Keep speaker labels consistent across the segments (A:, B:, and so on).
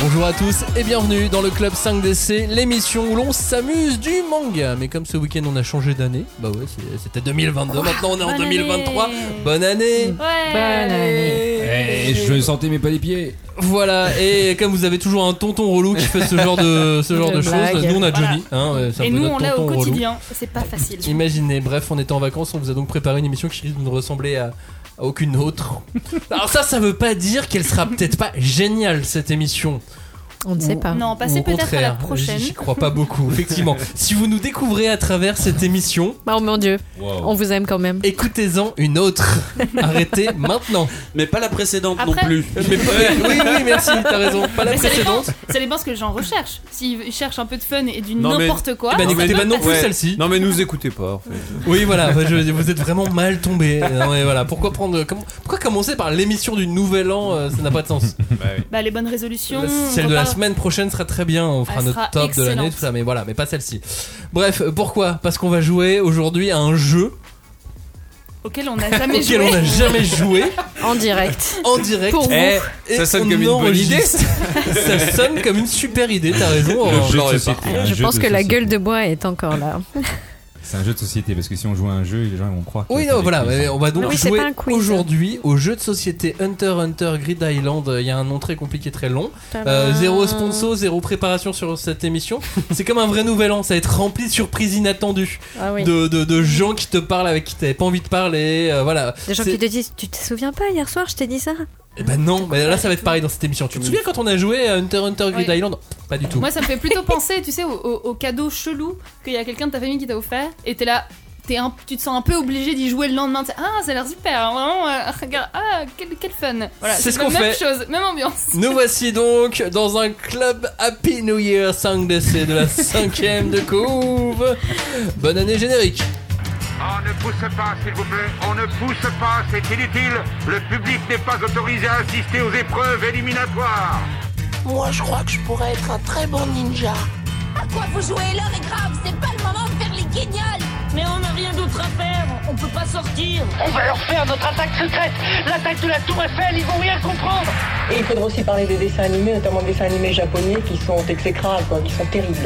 A: Bonjour à tous et bienvenue dans le Club 5DC, l'émission où l'on s'amuse du manga. Mais comme ce week-end on a changé d'année, bah ouais, c'est- c'était 2022, maintenant on est en
B: Bonne
A: 2023.
B: année.
A: Bonne année
B: Ouais.
C: Eh, je sentais mes pas les pieds.
A: Voilà, et comme vous avez toujours un tonton relou qui fait ce genre de, ce genre de choses,
D: blague.
A: nous on a
B: Voilà.
A: Johnny. hein, ouais, c'est un
B: Et
A: peu
B: nous,
A: notre
B: on l'a au
A: tonton relou.
B: quotidien. C'est pas facile.
A: Imaginez, bref, on était en vacances, on vous a donc préparé une émission qui risque de ne ressembler à, à aucune autre. Alors ça, ça veut pas dire qu'elle sera peut-être pas géniale cette émission.
D: On ne sait pas.
B: Non,
A: Ou
B: passez
A: au
B: peut-être à la
A: contraire,
B: prochaine.
A: J'y crois pas beaucoup, effectivement. si vous nous découvrez à travers cette émission,
D: Oh mon dieu, on
C: Wow.
D: vous aime quand même.
A: écoutez-en une autre. Arrêtez maintenant.
E: Mais pas la précédente
B: Après-
E: non plus.
A: Mais pas- oui, oui, merci, t'as raison. Pas la
B: Mais ça dépend,
A: précédente.
B: ça dépend ce que les gens recherchent. S'ils cherchent un peu de fun et du
F: Non, mais-
B: n'importe quoi.
A: Eh ben, n'écoutez pas non plus
F: Ouais.
A: celle-ci.
F: Non mais nous écoutez pas en fait.
A: Oui, voilà, bah, je- vous êtes vraiment mal tombé. Non, mais voilà, pourquoi prendre, comment- pourquoi commencer par l'émission du Nouvel An euh, Ça n'a pas de sens.
B: Bah, les bonnes résolutions.
A: La-
B: on
A: Celle de la
B: repart-
A: semaine prochaine sera très bien, on fera
B: Elle
A: notre
B: sera
A: top de l'année,
B: excellente.
A: tout ça, mais voilà, mais pas celle-ci. Bref, pourquoi Parce qu'on va jouer aujourd'hui à un jeu
B: Auquel on n'a jamais
A: auquel
B: joué.
A: on n'a jamais joué
D: En direct.
A: en direct.
D: Pour vous.
F: Eh, ça
A: Et
F: sonne
A: on
F: comme une bonne
A: enregistre. ça sonne comme une super idée, t'as raison. hein.
F: Le jeu de
E: l'aurais
F: société, un
D: je
F: jeu
D: pense
F: de
D: que la
F: société.
D: gueule de bois est encore là.
C: C'est un jeu de société parce que si on joue à un jeu, les gens ils vont croire. que
A: Oui,
C: c'est
A: non,
C: des
A: voilà,
C: quiz.
A: mais on va donc
D: Oui, c'est
A: jouer
D: pas un quiz.
A: aujourd'hui au jeu de société Hunter x Hunter Grid Island. Il y a un nom très compliqué, très long.
D: Ah.
A: Euh, zéro sponsor, zéro préparation sur cette émission. C'est comme un vrai nouvel an, ça va être rempli de surprises inattendues,
D: Ah oui.
A: de, de- de gens qui te parlent avec qui t'avais pas envie de parler. euh, voilà.
D: Des gens
A: C'est-
D: qui te disent Tu te souviens pas hier soir, je t'ai dit ça
A: Eh ben non, mais là ça va être pareil dans cette émission. Tu te souviens quand on a joué à Hunter x Hunter Grid
B: Oui.
A: Island Pas du tout.
B: Moi, ça me fait plutôt penser, tu sais, au, au- au cadeau chelou qu'il y a quelqu'un de ta famille qui t'a offert. Et t'es là. t'es un- tu te sens un peu obligé d'y jouer le lendemain. T'sais, ah, ça a l'air super, vraiment. euh, regarde, ah, quel, quel fun. Voilà,
A: C'est ce
B: la
A: qu'on
B: même
A: fait.
B: chose, même ambiance.
A: Nous voici donc dans un club Happy New Year 5 DC de la cinquième de couve. Bonne année générique.
G: On Ah, ne pousse pas, s'il vous plaît. On ne pousse pas, c'est inutile. Le public n'est pas autorisé à assister aux épreuves éliminatoires.
H: Moi, je crois que je pourrais être un très bon ninja.
I: À quoi vous jouez L'heure est grave, c'est pas le moment de faire les guignols Mais on n'a rien d'autre à faire, on peut pas sortir
H: On va leur faire notre attaque secrète, l'attaque de la Tour Eiffel, ils vont rien comprendre.
J: Et il faudra aussi parler des dessins animés, notamment des dessins animés japonais qui sont exécrables, quoi, qui sont terribles.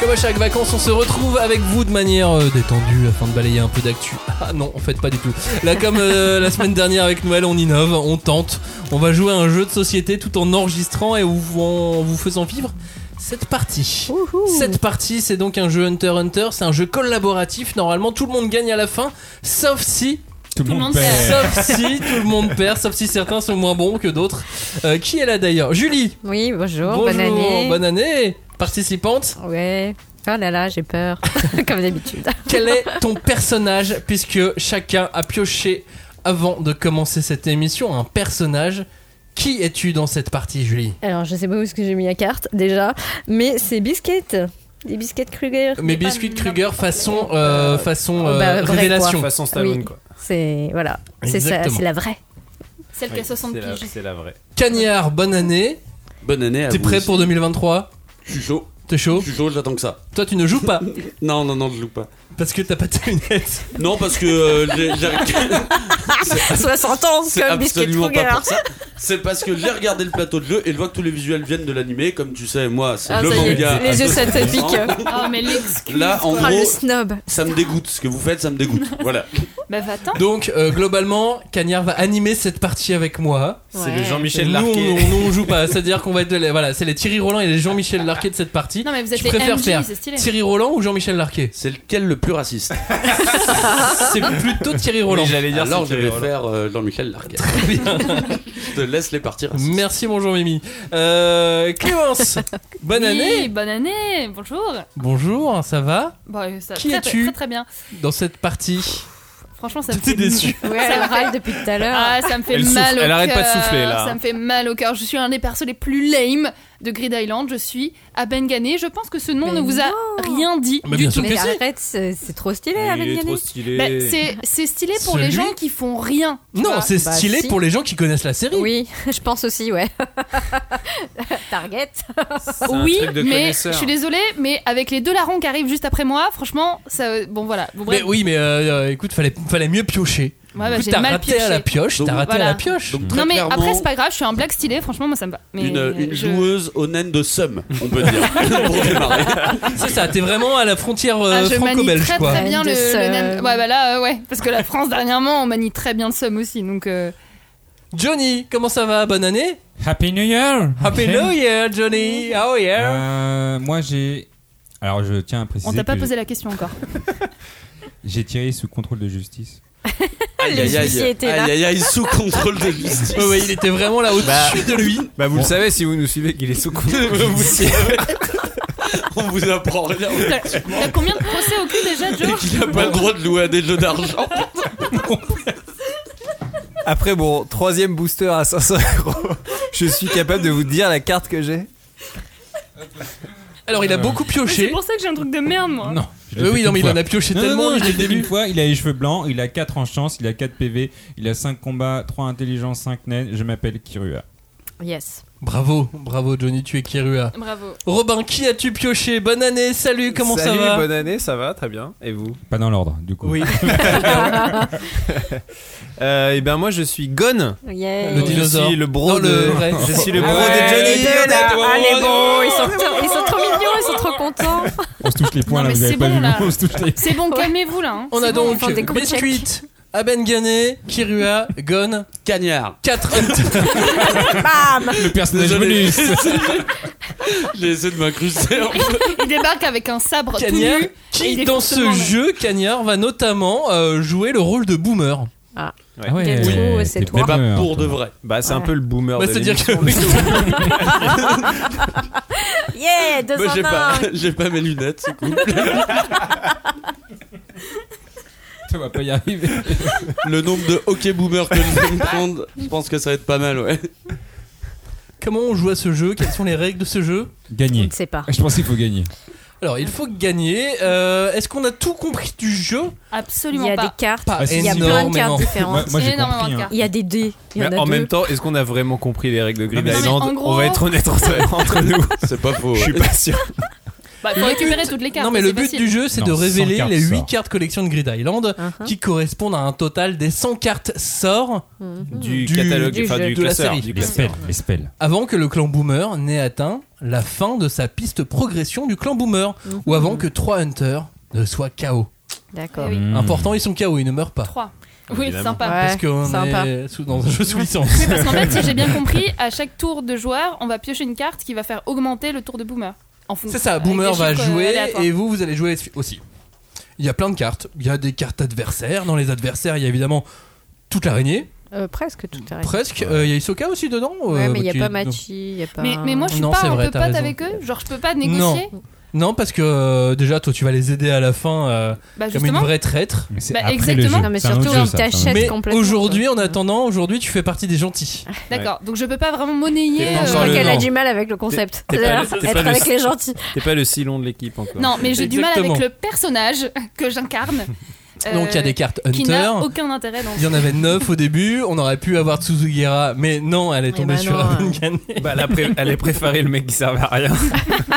A: Comme à chaque vacances, on se retrouve avec vous de manière euh, détendue afin de balayer un peu d'actu. Ah non, en fait pas du tout. Là comme euh, la semaine dernière avec Noël, on innove, on tente. On va jouer à un jeu de société tout en enregistrant et vous- en vous faisant vivre cette partie. Cette partie, c'est donc un jeu Hunter x Hunter, c'est un jeu collaboratif. Normalement, tout le monde gagne à la fin, sauf si,
C: Tout le
B: le
C: monde
B: monde
C: perd.
A: sauf si tout le monde perd, sauf si certains sont moins bons que d'autres. Euh, qui est là d'ailleurs Julie.
D: Oui, bonjour,
A: Bonjour,
D: Oh, bonne année.
A: bonne année, participante.
D: Ouais. Oh là là, j'ai peur, comme d'habitude.
A: Quel est ton personnage puisque chacun a pioché avant de commencer cette émission un personnage. Qui es-tu dans cette partie, Julie
D: Alors, je sais pas où est-ce que j'ai mis la carte déjà, mais c'est Biscuit. Des biscuits Kruger.
A: Mais Biscuit Kruger façon euh, façon euh,
D: Bah, vrai, quoi.
A: révélation.
F: Façon Stallone
D: Oui.
F: quoi.
D: C'est voilà, c'est ça,
A: Exactement.
D: c'est la vraie.
B: Celle qui a 60
F: c'est, la,
B: piges.
F: c'est la vraie.
A: Cagnard, bonne année.
E: Bonne année à
A: T'es
E: vous
A: prêt
E: aussi.
A: pour 2023
E: Je suis chaud,
A: T'es chaud
E: je suis chaud, j'attends que ça.
A: Toi, tu ne joues pas
E: Non, non, non, je joue pas.
A: parce que t'as pas tes lunettes.
E: Non, parce que euh, j'ai- j'ai-
D: 60 ans
E: c'est
D: comme Biscuit
E: absolument
D: Kruger.
E: pas pour ça. C'est parce que j'ai regardé le plateau de jeu et je vois que tous les visuels viennent de l'animé. Comme tu sais, moi, c'est
D: Ah,
E: le
D: ça y est,
E: manga.
D: les yeux, ça te pique.
B: Ah, mais l'excuse.
E: Là, en
D: Ah,
E: gros,
D: le snob.
E: ça me dégoûte. Ce que vous faites, ça me dégoûte. Voilà.
B: Bah, va-t'en.
A: Donc euh, globalement, Cagnard va animer cette partie avec moi.
F: C'est le
D: Ouais.
A: Nous,
F: Jean-Michel
A: on,
F: Larquet.
A: on- on joue pas. C'est-à-dire qu'on va être les- voilà, c'est les Thierry Roland et les Jean-Michel Larquet de cette partie.
B: Non, mais vous êtes
A: tu
B: les
A: préfères
B: MJ,
A: faire
B: c'est stylé.
A: Thierry Roland ou Jean-Michel Larquet
E: C'est lequel le plus raciste
B: Ah.
A: C'est plutôt Thierry Roland.
F: Oui, j'allais dire
E: Alors,
F: c'est
E: je vais
F: Roland.
E: faire euh, Jean-Michel Larquet.
A: Bien.
E: Je te laisse les parties racistes.
A: Merci, bonjour Mimi. Euh, Clémence, bonne
B: Oui,
A: année.
B: Bonne année, bonjour.
A: Bonjour, ça va
B: Bah, euh, ça,
A: Qui
B: très,
A: es-tu
B: très très bien.
A: Dans cette partie,
B: Franchement, ça me
A: t'es
B: fait
A: déçu.
D: Ouais, elle râle depuis tout à l'heure.
B: Ah, ça me fait
F: Elle souffle,
B: mal au
F: elle arrête pas de
B: cœur,
F: souffler, là.
B: Ça me fait mal au cœur. Je suis un des persos les plus lame de Grid Island, je suis à Bengané. Je pense que ce nom ne vous a
F: non.
B: rien dit
A: Mais Bah,
B: du
A: bien
B: tout.
A: sûr que
F: Mais
A: si.
F: arrête, c'est c'est trop stylé,
E: Il
F: Ariane
E: est trop
F: Gagné.
E: stylé.
B: Bah, c'est c'est stylé pour les
A: Celui-
B: gens qui font rien. tu
A: Non,
B: vois.
A: c'est
F: Bah,
A: stylé
F: si.
A: pour les gens qui connaissent la série.
F: Oui, je pense aussi, ouais. Target.
E: un
B: oui,
E: truc de
B: mais je
E: connaisseur.
B: suis désolée, mais avec les deux larrons qui arrivent juste après moi, franchement, ça, bon voilà. Bon, bref.
A: Mais oui, mais euh, euh, écoute, fallait, fallait mieux piocher.
B: Ouais, bah,
A: Écoute,
B: j'ai
A: t'as
B: mal
A: raté
B: pioché.
A: à la pioche,
E: Donc,
A: t'as raté à
B: voilà.
A: la pioche.
E: Donc, très
B: Non mais
E: clairement,
B: après c'est pas grave, je suis un black stylé, franchement moi ça me va. Mais
E: Une, une
B: je-
E: joueuse au naine de somme, on peut dire, pour démarrer.
A: C'est ça, t'es vraiment à la frontière euh,
B: Ah, je manie
A: franco-belge,
B: très
A: quoi.
B: très bien
F: De
B: le, le
F: seum.
B: nan- Ouais bah là euh, ouais parce que la France dernièrement on manie très bien le somme aussi donc euh,
A: Johnny, comment ça va Bonne année
C: Happy New Year
A: Happy New Year, Johnny
K: Ah
A: How are you
C: Euh, Moi, j'ai. Alors, je tiens à préciser.
B: on t'a pas
C: que
B: posé la question encore.
C: J'ai tiré sous contrôle de justice.
E: Aïe aïe aïe,
F: huissier
E: aïe
F: Ah, était là.
E: aïe aïe, sous contrôle de justice.
A: Ouais, ouais, Il était vraiment là au-dessus de lui.
K: Bah, vous le savez si vous nous suivez qu'il est sous contrôle.
E: Vous savez, on vous apprend rien.
B: T'as
F: Euh,
B: t'as combien de procès au cul déjà
E: Et
B: Joe
E: qu'il n'a pas le droit de louer à des jeux d'argent.
K: Après, bon, troisième booster à 500 euros. Je suis capable de vous dire la carte que j'ai.
A: Alors,
K: Euh,
A: il a beaucoup
B: C'est
A: pioché.
B: pour ça que j'ai un truc de merde moi.
C: Non.
A: Euh, oui, non, mais il en a pioché
C: Non, non,
A: tellement
C: non,
A: dès
C: je
A: le
C: l'ai fait une
A: début.
C: fois, il a les cheveux blancs, il a 4 en chance, il a 4 PV, il a 5 combats, 3 intelligence, 5 naines, je m'appelle Kirua.
F: Yes.
A: Bravo, bravo Johnny, tu es Kirua.
B: Bravo.
A: Robin, qui as-tu pioché Bonne année, salut, comment
K: Salut,
F: Ah.
A: ça va
K: bonne année, ça va, très bien. Et vous
C: Pas dans l'ordre, du coup.
K: Oui. et ben moi je suis Gone.
F: Yeah.
A: Le dinosaure.
K: Je suis le bro
A: Non,
K: de.
A: le vrai.
K: Je suis le bro
C: Ouais,
K: de Johnny
C: Johnny
K: Depp.
C: Depp.
F: Ah, Allez,
E: oh,
F: bon, ils sont, ils sont trop mignons, ils sont trop contents.
C: On se touche les points
B: Non,
C: là,
B: mais
C: vous avez
B: c'est
C: pas
B: bon,
C: vu,
B: là.
C: on se touche les
B: C'est bon
F: Ouais.
B: calmez-vous là. hein.
A: On a
F: C'est bon,
A: donc
F: enfin, des gros
A: Biscuit, Abengane, Kirua, Gon,
E: Cagnard.
A: 4
F: Bam
C: Le personnage
E: Désolé.
C: bonus
E: J'ai essayé de m'incruster. en fait.
B: Il débarque avec un sabre tout
A: Cagnard,
B: nu. Et il
A: qui
B: est
A: dans ce
B: fortement-
A: jeu, Cagnard va notamment euh, jouer le rôle de boomer.
C: Ah ouais,
F: Quel trou, c'est
C: t'es
F: toi.
E: Mais
C: bonheur,
E: pas pour de
C: toi.
E: vrai.
K: Bah c'est un
F: Ouais.
K: peu le boomer.
A: Bah,
K: de
A: C'est-à-dire que
F: Yeah, deux
E: Moi j'ai
F: en
E: pas,
F: un.
E: j'ai pas mes lunettes, c'est cool.
C: Tu vas pas y arriver.
E: Le nombre de hockey boomers que je vais me prendre, je pense que ça va être pas mal, ouais.
A: comment on joue à ce jeu Quelles sont les règles de ce jeu
F: Je
C: Gagner. Ah,
F: ne sais pas.
C: Je pense qu'il faut gagner.
A: Alors, il faut gagner. Euh, Est-ce qu'on a tout compris du jeu
F: Il
B: Absolument
F: y a
B: pas.
F: des cartes,
A: Pas
C: Ah, si,
F: il y a plein de cartes
A: énormément.
C: Moi,
F: différentes.
C: moi, j'ai
B: énormément
C: compris.
B: de
C: hein.
B: cartes.
F: Il y a des dés, il y en
K: Mais
F: a
K: en
F: deux.
K: même temps, est-ce qu'on a vraiment compris les règles de Green
C: Non, mais-
K: Island
B: Non, mais en
K: On va être
B: gros-
K: honnête entre, entre nous.
E: C'est pas faux.
K: Je suis pas sûr.
B: Bah, faut récupérer toutes les cartes.
A: non, mais
B: c'est
A: le but
B: facile.
A: du jeu, c'est
C: Non,
A: de
C: 100
A: révéler
C: cartes
A: les 8
C: sort.
A: cartes collection de Grid Island
F: Uh-huh.
A: qui correspondent à un total des 100 cartes sorts
F: Mhm.
K: Du,
A: Du-
K: catalogue,
F: du
K: enfin
F: jeu.
K: du
A: De la
K: classeur.
A: série.
K: du
C: Les
K: classeur.
C: spells, les spells.
A: avant que le clan Boomer n'ait atteint la fin de sa piste progression du clan Boomer
B: Mm-hmm.
F: Mhm.
A: ou avant que 3 Hunters ne soient KO.
F: D'accord.
B: Oui.
C: Hmm.
A: Important, ils sont KO, ils ne meurent pas.
B: Trois. Oui,
K: Évidemment.
B: sympa.
A: Parce
F: Ouais,
A: qu'on
F: sympa.
A: est sous- dans un jeu sous licence.
B: Oui, parce qu'en fait, si j'ai bien compris, à chaque tour de joueur, on va piocher une carte qui va faire augmenter le tour de Boomer. En fonction.
A: C'est ça,
B: avec des
A: Boomer va
B: chiffres, euh,
A: jouer
B: aléatoires.
A: et vous, vous allez jouer aussi. Il y a plein de cartes. Il y a des cartes adversaires. Dans les adversaires, il y a évidemment toute l'araignée.
F: Euh, presque tout à
A: Presque. Euh, il y a Isoka aussi dedans.
F: Ouais,
A: euh,
F: mais il n'y a
A: qui-
F: pas Machi, il n'y a pas.
B: Mais, mais moi, je suis
A: Non,
B: pas
A: c'est
B: un
A: vrai,
B: peu
A: t'as
B: pote
A: raison.
B: avec eux. Genre, je peux pas négocier.
A: Non, parce que euh, déjà, toi, tu vas les aider à la fin euh,
B: Bah,
A: comme une
B: justement.
A: vraie traître.
C: Mais c'est
B: Bah,
C: après le
B: exactement.
C: jeu.
F: Non, mais
C: C'est un
F: surtout,
C: autre jeu,
F: on
C: ça, c'est un autre jeu.
F: t'achète.
A: Mais
F: complètement,
A: aujourd'hui,
F: toi.
A: en attendant, aujourd'hui, tu fais partie des gentils.
B: D'accord. Donc, je peux pas vraiment monnayer.
K: T'es pas
B: euh,
F: Je
K: Encore
F: crois
K: le
F: qu'elle a
K: non.
F: du mal avec le concept.
K: T'es pas le-
F: C'est-à-dire
K: t'es
F: Être
K: pas le-
F: avec les gentils.
K: T'es pas le silon de l'équipe encore.
B: Non, mais j'ai du mal avec
A: Exactement.
B: le personnage que j'incarne.
F: Ah,
B: euh,
A: Donc, il y a des cartes
B: Qui n'a
A: Hunter.
B: aucun intérêt dans
A: Il y en avait 9 au début. On aurait pu avoir Tsuzugera, mais non, elle est
F: Eh
A: tombée
F: ben
A: sur
F: non,
A: Aven
F: hein.
A: Gané.
K: Bah, elle, a pré- elle est préférée le mec qui servait à rien.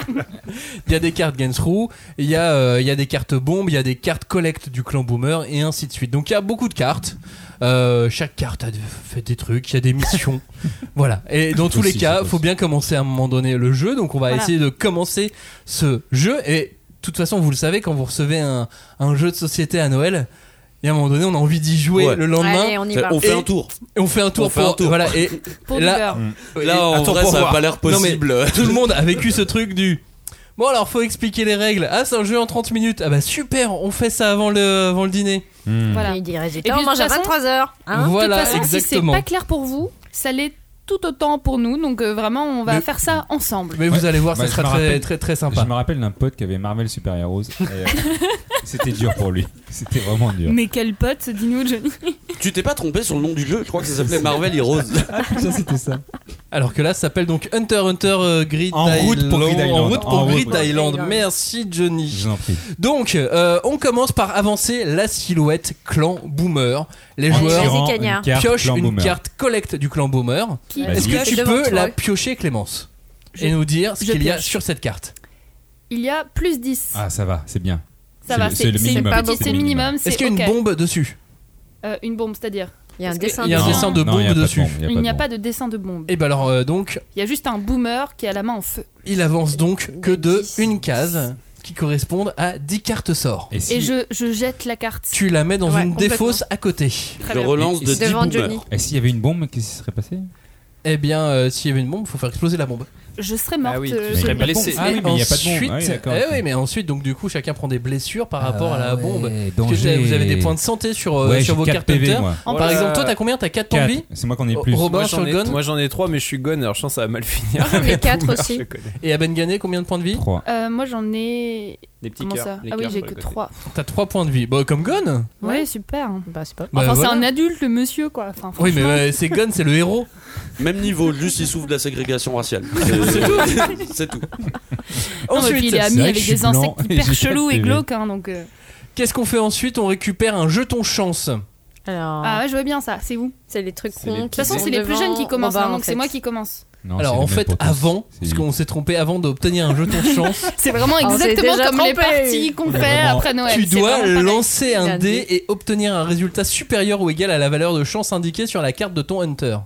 A: Il y a des cartes Gensru, il y, a, euh, il y a des cartes bombes, il y a des cartes collecte du clan Boomer et ainsi de suite. Donc il y a beaucoup de cartes. Euh, chaque carte a de- fait des trucs, il y a des missions. voilà. Et dans tous les
C: Aussi,
A: cas,
C: c'est
A: faut bien commencer à un moment donné le jeu. Donc on va
B: Voilà.
A: essayer de commencer ce jeu. Et de toute façon, vous le savez, quand vous recevez un, un jeu de société à Noël, et à un moment donné, on a envie d'y jouer
E: Ouais.
A: le lendemain.
F: Allez, on y va.
E: On fait
A: Et-
E: un tour.
A: Et on fait un tour
E: On fait
A: pour-
E: un tour.
A: Voilà. Et,
B: Pour
A: là-
B: Boomer.
A: et-
E: Là, en
A: attends,
E: vrai,
A: pour
E: ça a
A: voir.
E: pas l'air
A: Non, mais-
E: possible.
A: tout le monde a vécu ce truc du Bon alors faut expliquer les règles. Ah c'est un jeu en 30 minutes. Ah bah super, on fait ça avant le, avant le dîner.
C: Hmm.
B: Voilà.
F: Il dit
B: Et
F: résultat,
B: puis,
F: on
B: de
F: mange à hein
B: toute façon-
F: 23h.
A: voilà,
B: Ah, de toute façon,
A: exactement.
B: si c'est pas clair pour vous, ça l'est tout autant pour nous. Donc euh, vraiment, on va
A: Mais-
B: faire ça ensemble.
A: Mais vous allez voir,
C: Bah,
A: ça
C: je
A: sera
C: me
A: très,
C: rappelle-
A: très très
C: Je
A: sympa.
C: me rappelle d'un pote qui avait Marvel Super Heroes. et, euh, C'était dur pour lui. C'était vraiment dur.
B: Mais quel pote, dis-nous, Johnny.
E: Tu t'es pas trompé sur le nom du jeu, je crois que ça s'appelait Marvel Heroes.
C: ça c'était ça.
A: Alors que là, ça s'appelle donc Hunter Hunter euh, Grid
C: En route pour Grid
A: En
C: Island.
A: route
C: En
A: pour
C: route
A: Grid
C: pour-
A: Island. Merci Johnny.
C: Je vous en prie.
A: Donc, euh, on commence par avancer la silhouette clan Boomer. Les
F: Allez,
A: joueurs
F: vas-y, Cagnard.
A: piochent
C: Carte clan
A: une
C: Boomer.
A: carte collecte du clan Boomer.
F: Qui-
A: Est-ce
F: Vas-y.
A: que tu
F: Devant
A: peux
F: toi.
A: la piocher, Clémence
B: Je-
A: Et nous dire ce
B: je
A: qu'il y a
B: pioche.
A: sur cette carte
B: Il y a plus 10.
C: Ah ça va, c'est bien.
B: Ça va,
C: le-
B: c'est
C: le
B: c'est une
C: minimum.
B: petite- c'est le minimum.
A: Est-ce qu'il y a une
B: ok.
A: bombe dessus
B: Euh, Une bombe, c'est-à-dire
F: Il y a un
B: Parce que-
F: dessin
A: Il y a un
C: Non,
A: dessin de
C: non,
A: bombe
C: il y a pas de
A: dessus.
C: bombe, il y a
B: Il n'y a
C: de
B: pas de dessin de bombe.
A: Et ben alors, euh, donc,
B: Il y a juste un boomer qui a la main en feu.
A: il avance donc que de
F: Dix.
A: une case qui correspondent à 10 cartes sorts.
C: bombe. Et si-
B: Et je, je jette la carte.
A: Tu la mets dans
B: Ouais,
A: une
B: complètement.
A: défausse à côté.
B: Très
E: Je
B: bien.
E: relance de 10
F: devant
E: boomers.
F: Johnny.
C: et s'il y avait une bombe, qu'est-ce qui se serait passé
A: Eh bien, euh, s'il y avait une bombe, faut faire exploser la bombe.
B: Je serais morte.
K: Ah oui,
B: euh,
K: tu serais
B: Johnny.
K: blessée. blessé.
C: Ah oui, mais il n'y a pas de bombe.
A: ensuite,
C: Ah oui, d'accord,
A: eh
C: ok. Ah
A: oui, mais ensuite, donc du coup, chacun prend des blessures par rapport à la
C: ouais,
A: bombe. Parce que
C: danger.
A: vous avez- vous avez des points de santé sur, euh,
C: Ouais,
A: sur
C: j'ai
A: vos
C: quatre
A: cartes
C: PV,
A: Hunter.
C: moi.
B: En euh,
A: Par
K: Voilà.
A: exemple, toi, t'as combien T'as 4 points de
C: Quatre.
A: vie
C: C'est moi qu'on ai
A: Oh,
C: plus.
A: Robin
K: Moi,
A: sur
K: j'en ai-
A: Gun
K: Moi j'en ai trois, mais je suis gun, alors je sens que ça va mal finir.
F: J'en ai quatre
K: Boomer,
F: aussi.
K: je connais.
A: Et à Ben Gané, combien de points de vie
C: Trois.
B: Euh, moi j'en ai.
K: Des petits
B: Comment
K: cœurs.
B: ça
K: les
B: Ah oui,
K: cœurs
B: j'ai
K: sur
B: que
K: le côté.
B: 3.
A: T'as 3 points de vie.
C: Bah,
A: Bon, comme Gun
B: Ouais, super.
F: Bah, c'est pas.
A: Bah,
B: enfin,
A: voilà.
B: c'est un adulte, le monsieur, quoi. Enfin,
A: Oui, mais
B: franchement.
A: euh, c'est Gun, c'est le héros.
E: Même niveau, juste il souffre de la ségrégation raciale. C'est- C'est tout.
B: Non, mais puis, il est
C: Oh, c'est
B: ami
C: vrai que
B: avec
C: je suis
B: des
C: blanc
B: insectes
C: et
B: hyper
C: j'ai
B: chelous
C: quatre
B: et
C: PV.
B: glauques, hein, donc. euh.
A: Qu'est-ce qu'on fait ensuite On récupère un jeton chance.
F: Alors.
B: Ah ouais, je vois bien ça, c'est où
F: C'est les trucs
K: C'est les
F: ronds.
K: petits
F: qui
B: De toute façon,
F: sont
B: c'est les plus
F: devant,
B: jeunes qui
F: en
B: commencent,
F: bas,
B: hein,
F: en
B: donc c'est
F: fait.
B: moi qui commence.
C: Non,
A: Alors
C: c'est
A: en
C: les mêmes
A: fait,
C: pour tous.
A: avant,
C: C'est
A: parce
C: lui.
A: qu'on s'est trompé, avant d'obtenir un jeton chance,
B: C'est vraiment
F: Ah, on s'est
B: exactement
F: déjà
B: comme les
F: trompé.
B: parties qu'on
C: Mais
B: fait
C: vraiment,
B: après Noël.
A: tu
B: c'est
A: dois
B: vraiment pareil.
A: lancer un
F: Un
A: dé
F: dé.
A: et obtenir un résultat supérieur ou égal à la valeur de chance indiquée sur la carte de ton hunter.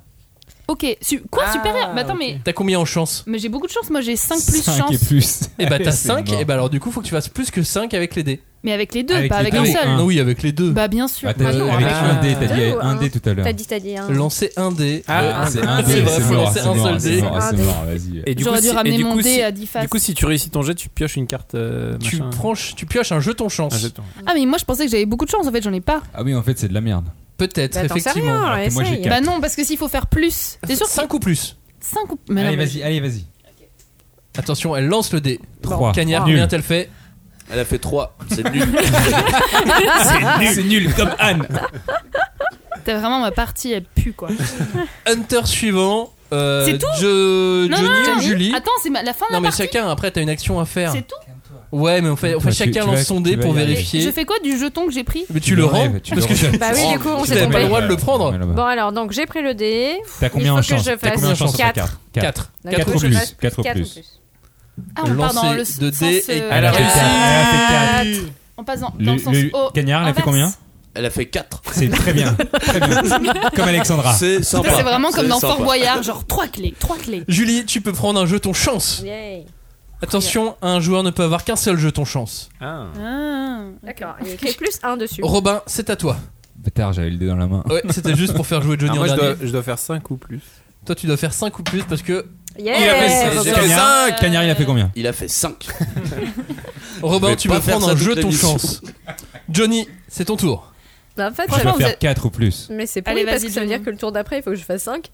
B: Ok, su- quoi,
K: Ah,
B: supérieur Mais attends, mais.
A: T'as combien en chance
B: Mais j'ai beaucoup de chance, moi j'ai 5 plus
C: Cinq
B: chance.
C: et plus.
A: Et bah t'as
C: C'est
A: 5,
C: mort.
A: et bah alors du coup faut que tu fasses plus que 5 avec les dés.
B: Mais avec les deux,
C: Avec
B: pas
C: les
B: avec
C: deux
B: un
C: ou
B: seul.
C: un.
A: Non, oui, avec les deux.
B: Bah bien sûr.
C: Bah, t'as dit
B: Bah, non.
C: avec
K: Ah.
C: un dé, t'as dit
F: Deux ou
C: un
F: un
C: dé tout à l'heure.
F: T'as dit, t'as dit hein. un.
A: Lancer un dé.
K: Ah,
C: Ah, c'est un
A: C'est
C: dé,
A: vrai, faut
C: c'est mort,
A: lancer
C: c'est
A: un seul
C: mort,
A: dé.
C: c'est mort,
F: Un
C: c'est
F: dé.
C: mort, vas-y.
K: Et du coup,
B: J'aurais dû
K: si- et
B: ramener
K: du
B: mon
K: coup, si-
B: dé à 10 faces.
K: Du coup, si tu réussis ton jet, tu pioches une carte. euh,
A: Tu,
K: machin.
A: franches- tu pioches un jeton chance.
K: Un jeton.
B: Ah mais moi je pensais que j'avais beaucoup de chance en fait j'en ai pas.
C: Ah oui, en fait, c'est de la merde.
A: Peut-être,
F: Bah, t'en sais rien,
A: effectivement.
F: alors,
C: que moi, j'ai
F: essaye.
C: quatre.
B: Bah non parce que s'il faut faire plus. T'es sûr
A: 5 ou plus
B: 5 ou mais non,
C: Allez,
B: mais-
C: vas-y, allez, vas-y.
A: Attention, elle lance le dé.
C: 3.
A: Cagnard, combien t'as le fait
E: Elle a fait 3, c'est nul.
C: C'est nul, comme Anne.
B: T'as vraiment ma partie elle pue quoi.
A: Hunter suivant. euh,
B: C'est tout
A: Jo-
B: Non,
A: Johnny ou
B: non,
A: Julie
B: Attends c'est ma- la fin de
A: Non,
B: la
A: mais
B: partie.
A: chacun, après, t'as une action à faire.
B: C'est tout.
A: Ouais, mais on fait, on fait
C: Toi, tu-
A: chacun
C: tu
A: lance
C: vas-
A: son
C: tu
A: dé
C: vas
A: pour
C: y aller.
A: vérifier.
B: Je fais quoi du jeton que j'ai pris
A: Mais tu le rends
C: enlèves, tu
A: parce
C: le
A: que
C: enlèves.
F: Bah oui, du coup, on
A: Tu
F: s'est
A: t'avais pas le
F: trompé.
A: droit de le prendre.
F: Bon, alors, donc j'ai pris le dé.
C: T'as
F: Il
C: combien
F: faut
C: en
F: que
C: chance
F: je
C: T'as
F: fasse
C: combien en chance sur ta
F: Quatre.
C: carte 4.
A: 4.
F: Donc,
A: 4
F: faut
A: ou
F: que je
A: plus.
F: fasse
C: Quatre ou
F: quatre
C: plus.
B: Ah on part dans
A: Lancer
B: le
A: de
B: sens,
A: dés et
B: euh,
A: Elle a
B: quatre.
A: réussi.
C: Elle a fait 4.
B: On passe dans, dans le sens
C: Le
B: oh,
C: Cagnard, elle a fait
B: inverse.
C: combien
E: Elle a fait 4.
C: C'est très bien. Très bien. Comme Alexandra.
E: C'est sympa.
B: Ça, C'est vraiment comme
E: C'est
B: dans
E: sympa.
B: Fort Boyard genre 3 clés 3 clés.
A: Julie, tu peux prendre un jeton chance.
F: Yay.
A: Attention, un joueur ne peut avoir qu'un seul jeton chance.
K: Ah.
B: Ah,
F: D'accord, il y a écrit plus un dessus.
A: Robin, c'est à toi.
C: Bâtard, j'avais le dé dans la main.
A: Ouais, c'était juste pour faire jouer
K: Alors
A: Johnny en
K: moi, je
A: dernier.
K: dois, je dois faire 5 ou plus.
A: Toi, tu dois faire 5 ou plus parce que
B: Eh
F: Yeah.
E: Il a fait
F: Robin.
E: seize.
B: cinq.
C: Cagnard, Cagnard, il a fait
B: Euh,
C: combien
E: Il a fait 5.
A: Robin,
E: vais
A: tu
E: pas
A: vas
E: faire
A: prendre
E: ça
A: un
E: toute
A: jeton
E: l'émission.
A: chance. Johnny, c'est ton tour.
F: Bah, en fait,
C: Je
F: ça-
C: dois
B: Franchement, vous
C: faire
B: êtes-
C: 4 ou plus.
F: mais c'est pas
B: Allez,
F: parce
B: vas-y,
F: que ça veut
B: Johnny.
F: dire que le tour d'après, il faut que je fasse 5.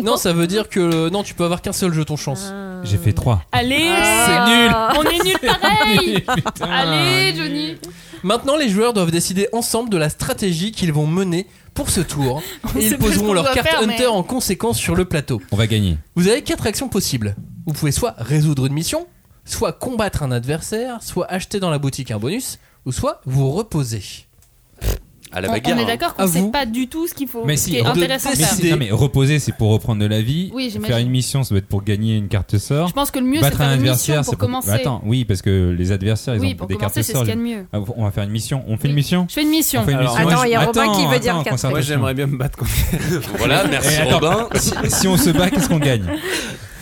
A: Non, ça veut dire que non, tu peux avoir qu'un seul jeton
B: Ah.
A: chance.
C: J'ai fait 3.
B: Allez
F: Ah.
B: On est nuls pareil Euh, Allez Johnny
A: Maintenant, les joueurs doivent décider ensemble de la stratégie qu'ils vont mener pour ce tour et
B: sait
A: ils
B: pas ce
A: poseront
B: qu'on
A: leur
B: doit
A: carte
B: faire, mais-
A: hunter en conséquence sur le plateau.
C: On va gagner.
A: Vous avez quatre actions possibles. Vous pouvez soit résoudre une mission, soit combattre un adversaire, soit acheter dans la boutique un bonus, ou soit vous reposer.
E: À la
B: On,
E: bagarre.
B: on est
E: hein.
B: d'accord
A: À
B: qu'on sait
A: vous.
B: pas du tout ce qu'il faut.
C: Mais
B: ce
C: si,
B: qui est
C: de-
B: intéressant à
A: décider.
B: faire.
A: Décidé.
C: Non, mais reposer, c'est pour reprendre de la vie.
B: Ah, Oui, j'imagine.
C: Faire une mission, ça doit être pour gagner une carte sort.
B: Je pense que le mieux c'est de
C: Battre un
B: faire une mission
C: adversaire, c'est
B: pour commencer.
C: Bah, attends, oui, parce que les adversaires, ils
B: oui,
C: ont
B: pour
C: des cartes
B: commencer c'est ce
C: sort.
B: qu'il y a de mieux.
C: Ah, on va faire une mission. On fait une
B: Oui.
C: mission
B: Je fais une mission.
C: On fait une
K: Alors,
C: mission.
F: Attends, il y a
C: Moi, je-
F: Robin qui
C: Attends,
F: veut dire
C: attends,
F: quatre.
K: Moi,
C: concentration.
K: j'aimerais bien me battre contre.
E: Voilà, merci
C: Eh, attends.
E: Robin.
C: Si, si on se bat, qu'est-ce qu'on gagne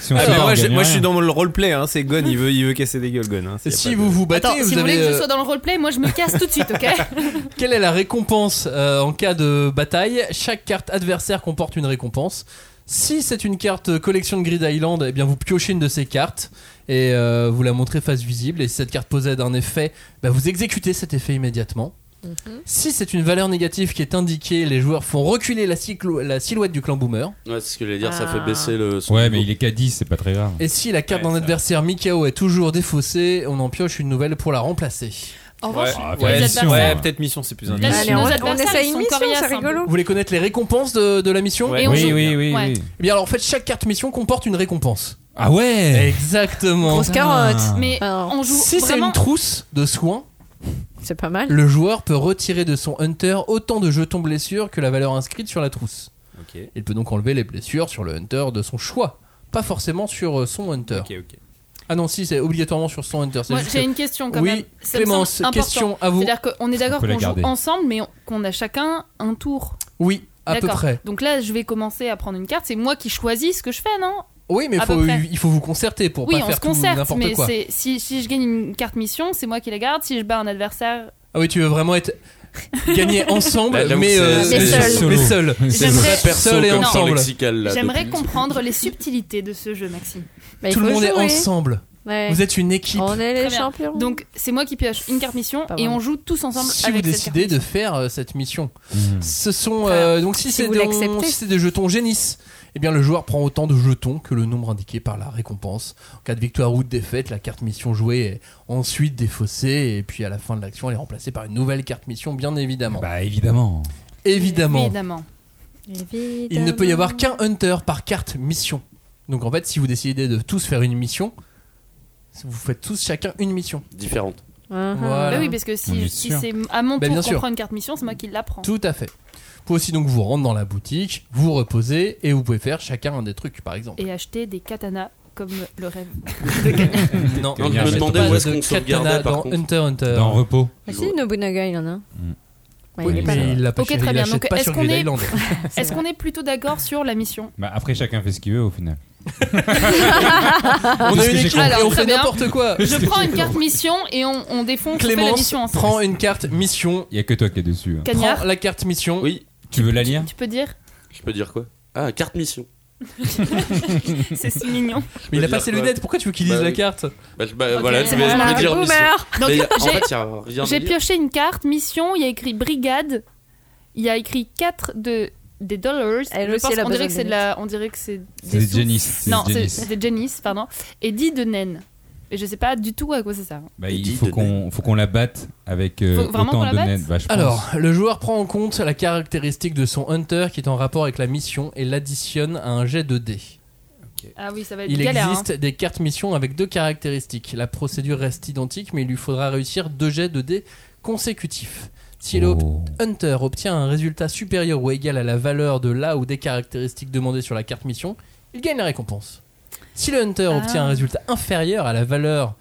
C: Si on
K: Ah,
C: se
K: mais
C: bat, on
K: moi, je,
C: gagne
K: moi, je
C: rien.
K: suis dans le roleplay. Hein. C'est Gon, il veut, il veut casser des gueules, Gon. Hein. S'il y a
A: Si
K: pas
A: vous
K: de-
A: vous battez,
B: Attends,
A: vous
B: si vous
A: avez,
B: voulez que je
A: euh,
B: sois dans le roleplay, moi je me casse tout de suite, ok
A: Quelle est la récompense euh, en cas de bataille Chaque carte adversaire comporte une récompense. Si c'est une carte euh, collection de Grid Island, eh bien vous piochez une de ces cartes et euh, vous la montrez face visible. Et si cette carte possède un effet, bah, vous exécutez cet effet immédiatement. Si c'est une valeur négative qui est indiquée, les joueurs font reculer la, cyclo- la silhouette du clan Boomer.
E: Ouais, c'est ce que j'allais dire, ça
F: Ah.
E: fait baisser le son.
C: Ouais, mais il est qu'à 10, c'est pas très grave.
A: Et si la carte
K: Ouais,
A: d'un
K: ça.
A: adversaire Mikao est toujours défaussée, on en pioche une nouvelle pour la remplacer.
B: En
K: Ouais,
B: revanche, nos
K: ouais,
B: adversaires-
K: ouais, peut-être mission, c'est plus intéressant.
B: Allez,
F: on-
B: nos
F: on
B: adversaires,
F: essaye
B: ils
F: une
B: sont
F: mission,
B: coriaces, hein,
F: c'est
B: un peu.
F: rigolo.
A: Vous voulez connaître les récompenses de, de la mission
B: Et on
C: Oui,
B: joue.
C: oui, oui,
B: Ouais.
C: oui.
A: Eh bien, alors, en fait, chaque carte mission comporte une récompense.
C: Ah ouais
A: Exactement.
F: Grosse carotte.
B: Mais
F: Alors,
B: on joue
A: Si c'est
B: vraiment.
A: une trousse de soins,
F: C'est pas mal.
A: le joueur peut retirer de son hunter autant de jetons blessures que la valeur inscrite sur la trousse.
K: Ok,
A: Il peut donc enlever les blessures sur le hunter de son choix, pas forcément sur euh, son hunter.
K: ok, ok.
A: Ah non, si, c'est obligatoirement sur son hunter. c'est
B: Moi,
A: juste
B: j'ai
A: que-
B: une question quand
A: Oui,
B: même. Ça me
A: Clémence,
B: semble important.
A: question à vous.
B: C'est-à-dire qu'on est d'accord
C: peut la
B: qu'on joue
C: garder.
B: ensemble, mais on- qu'on a chacun un tour.
A: Oui, à peu
B: D'accord.
A: près.
B: Donc là, je vais commencer à prendre une carte. C'est moi qui choisis ce que je fais, non
A: Oui, mais
B: À
A: faut-
B: peu près.
A: il faut vous concerter pour
B: Oui,
A: pas
B: on
A: faire
B: se
A: tout
B: concerte,
A: n'importe
B: mais
A: quoi.
B: c'est- si, si je gagne une carte mission, c'est moi qui la garde. Si je bats un adversaire,
A: Ah oui, tu veux vraiment être gagner ensemble,
E: Là, là où
A: mais,
E: Bah, c'est-
A: euh,
E: Mais
C: seul.
A: mais seul.
C: C'est
B: J'aimerais-
E: Très perso
A: Seul et
E: comme
A: ensemble.
E: temps lexical. là,
B: j'aimerais
E: depuis-
B: comprendre les subtilités de ce jeu, Maxime.
F: Bah, il
A: Tout le
F: faut
A: monde est
F: jouer.
A: ensemble.
F: Ouais.
A: Vous êtes une équipe.
F: On est
B: Très
F: les
B: bien.
F: champions.
B: Donc c'est moi qui pioche une carte mission
F: Pas
B: et
F: vraiment.
B: on joue tous ensemble
A: Si vous
B: avec cette
A: décidez
B: carte.
A: de faire euh, cette mission,
C: Mmh.
A: ce sont
F: Voilà.
A: euh, donc si,
F: Si
A: c'est
F: vous
A: des-
F: l'acceptez.
A: si c'est des jetons génisse, eh bien le joueur prend autant de jetons que le nombre indiqué par la récompense. En cas de victoire ou de défaite, la carte mission jouée est ensuite défaussée et puis à la fin de l'action, elle est remplacée par une nouvelle carte mission, bien évidemment.
C: Bah évidemment.
A: évidemment.
B: Évidemment.
A: Il ne peut y avoir qu'un hunter par carte mission. Donc en fait, si vous décidez de tous faire une mission, vous faites tous chacun une mission.
E: Différente.
F: Ah, ah.
A: Voilà.
B: Bah oui, parce que
C: On
B: si,
C: est
B: si
C: sûr.
B: c'est à mon
A: Bah,
B: tour
A: bien
B: qu'on
A: sûr.
B: prend une carte mission, c'est moi qui la prends.
A: Tout à fait. Vous pouvez aussi donc vous rendre dans la boutique, vous reposer et vous pouvez faire chacun un des trucs par exemple.
B: Et acheter des katanas comme le rêve.
A: Non,
C: Non, je me
A: je
C: demandais
A: parle
E: où est-ce
A: de
E: qu'on
A: katana
E: sauvegardait, par
A: dans
E: contre.
A: Hunter Hunter.
K: Euh.
C: Dans repos.
F: Ah, si, Nobunaga, il en a un. Ouais,
A: Oui,
F: il est pas
A: mais
F: là.
A: il l'a pas
B: Ok,
A: chez-
B: très
A: il
B: bien.
A: l'achète
B: Donc,
A: pas
B: est-ce
A: sur
B: qu'on
A: Green
B: est-
A: Island.
B: Est-ce qu'on est plutôt d'accord sur la mission
C: Bah après chacun fait ce qu'il veut au final.
A: On
C: Parce
A: a
C: que
A: une
C: j'ai
A: équipe
B: compris.
A: et on
B: Très
A: fait
B: bien.
A: n'importe quoi.
B: Je prends une carte mission et on, on défonce on fait la
A: Clémence
B: mission ensemble.
A: prend une carte mission.
C: Il y a que toi qui es dessus. hein.
B: Cagnard,
A: Prends la carte mission.
E: Oui,
C: Tu veux la lire
B: tu peux dire
E: je peux dire quoi Ah, carte mission.
B: C'est si mignon.
A: Mais il a
E: Je peux
A: pas ses
E: dire quoi
A: lunettes. Pourquoi tu veux qu'il lise
E: Bah
A: la
E: oui.
A: carte
E: Bah, je- bah, Voilà, je vais,
B: Voilà.
E: je vais dire mission.
F: Boomer
B: Donc,
E: Mais y a- en
B: j'ai-
E: fait, il y a rien
B: J'ai
E: de
B: pioché une carte, mission, il y a écrit brigade, il y a écrit 4 de, des dollars.
F: Elle
B: je
F: aussi,
B: pense
F: elle a
B: on dirait
F: besoin
B: que
F: de
B: c'est de la. On dirait que c'est des
C: C'est des
B: sous.
C: Janice. c'est
B: Non,
C: des
B: c'est
C: Janice.
B: c'est des Janice, pardon. Et 10 de naine. Et je sais pas du tout à quoi ça sert.
C: Bah,
E: Petit
C: il faut
E: de
C: qu'on faut qu'on la batte avec euh,
B: Faut vraiment qu'on
C: autant
B: la
C: de
B: batte
C: nets. Bah, je pense.
A: Alors, le joueur prend en compte la caractéristique de son hunter qui est en rapport avec la mission et l'additionne à un jet de dés.
B: Ah oui, ça va être
A: Il
B: galère. hein.
A: existe des cartes missions avec deux caractéristiques. La procédure reste identique, mais il lui faudra réussir deux jets de dés consécutifs. Si le
C: Oh.
A: hunter obtient un résultat supérieur ou égal à la valeur de la ou des caractéristiques demandées sur la carte mission, il gagne la récompense. Si le hunter
B: Ah.
A: obtient un résultat inférieur à la valeur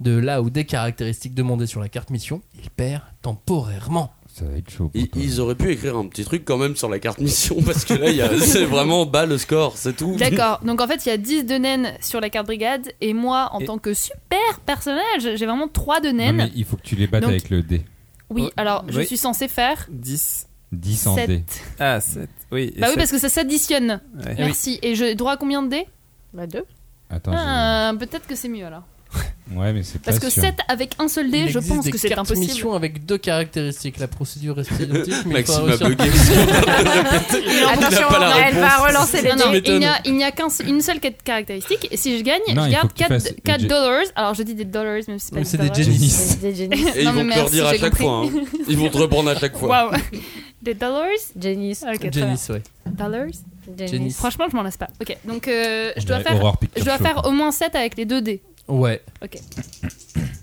A: de la ou des caractéristiques demandées sur la carte mission, il perd temporairement.
C: Ça va être chaud. pour
E: Ils,
C: toi.
E: ils auraient pu écrire un petit truc quand même sur la carte mission parce que là, il y a- c'est vraiment bas le score, c'est tout.
B: D'accord, donc en fait il y a 10 de naines sur la carte brigade et moi en tant que super personnage, j'ai vraiment 3 de
C: Non,
B: naines.
C: mais oh, il faut que tu les battes
B: Donc-
C: avec le dé.
B: Oui, alors je
K: Oui.
B: suis censé faire
K: 10.
C: 10 en
B: 7.
C: dé.
K: Ah, 7. Oui.
B: Bah oui, parce que ça s'additionne.
K: que. Ouais.
B: Merci. Et je droit à combien de dés
F: Bah, deux.
C: Attends.
B: Ah, Peut-être que c'est mieux alors.
C: je- Ouais, mais c'est pas
B: Parce que
C: sûr.
B: 7 avec un seul dé,
A: Il
B: je
A: existe
B: pense
A: des
B: que c'est
A: cartes
B: impossible.
A: missions avec deux caractéristiques. La procédure reste identique, mais il faudra
E: Maxime a
A: réussir-
E: bugué.
F: Attention,
E: pas la
F: elle va
E: réponse.
F: relancer les
B: Non, non,
F: dés.
A: m'étonnes.
B: il n'y a, il n'y a qu'un- une seule cat- caractéristique. Et si je gagne,
C: Non,
B: je
C: il faut
B: garde
C: que tu
B: 4,
C: fasses- je-
B: dollars. Alors je dis des dollars, même si c'est pas
A: Mais
B: des
A: c'est des
B: dollars.
A: Jenny.
C: Janice.
F: Des Jenny.
E: Et ils
B: Non,
E: vont
B: mais
E: te le redire à
B: merci, j'ai
E: chaque fois. hein. Ils vont te reprendre à chaque fois.
B: Waouh. Des dollars
F: Jenny.
B: Ok, très bien.
A: Janice, ouais.
B: Dollars
A: Jenny.
B: Franchement, je m'en lasse pas. Ok, donc euh, je
C: On
B: dois
C: dirait
B: faire.
C: Horror Picture
B: Je dois
C: Show.
B: faire au moins 7 avec les 2 dés.
A: Ouais.
B: Ok.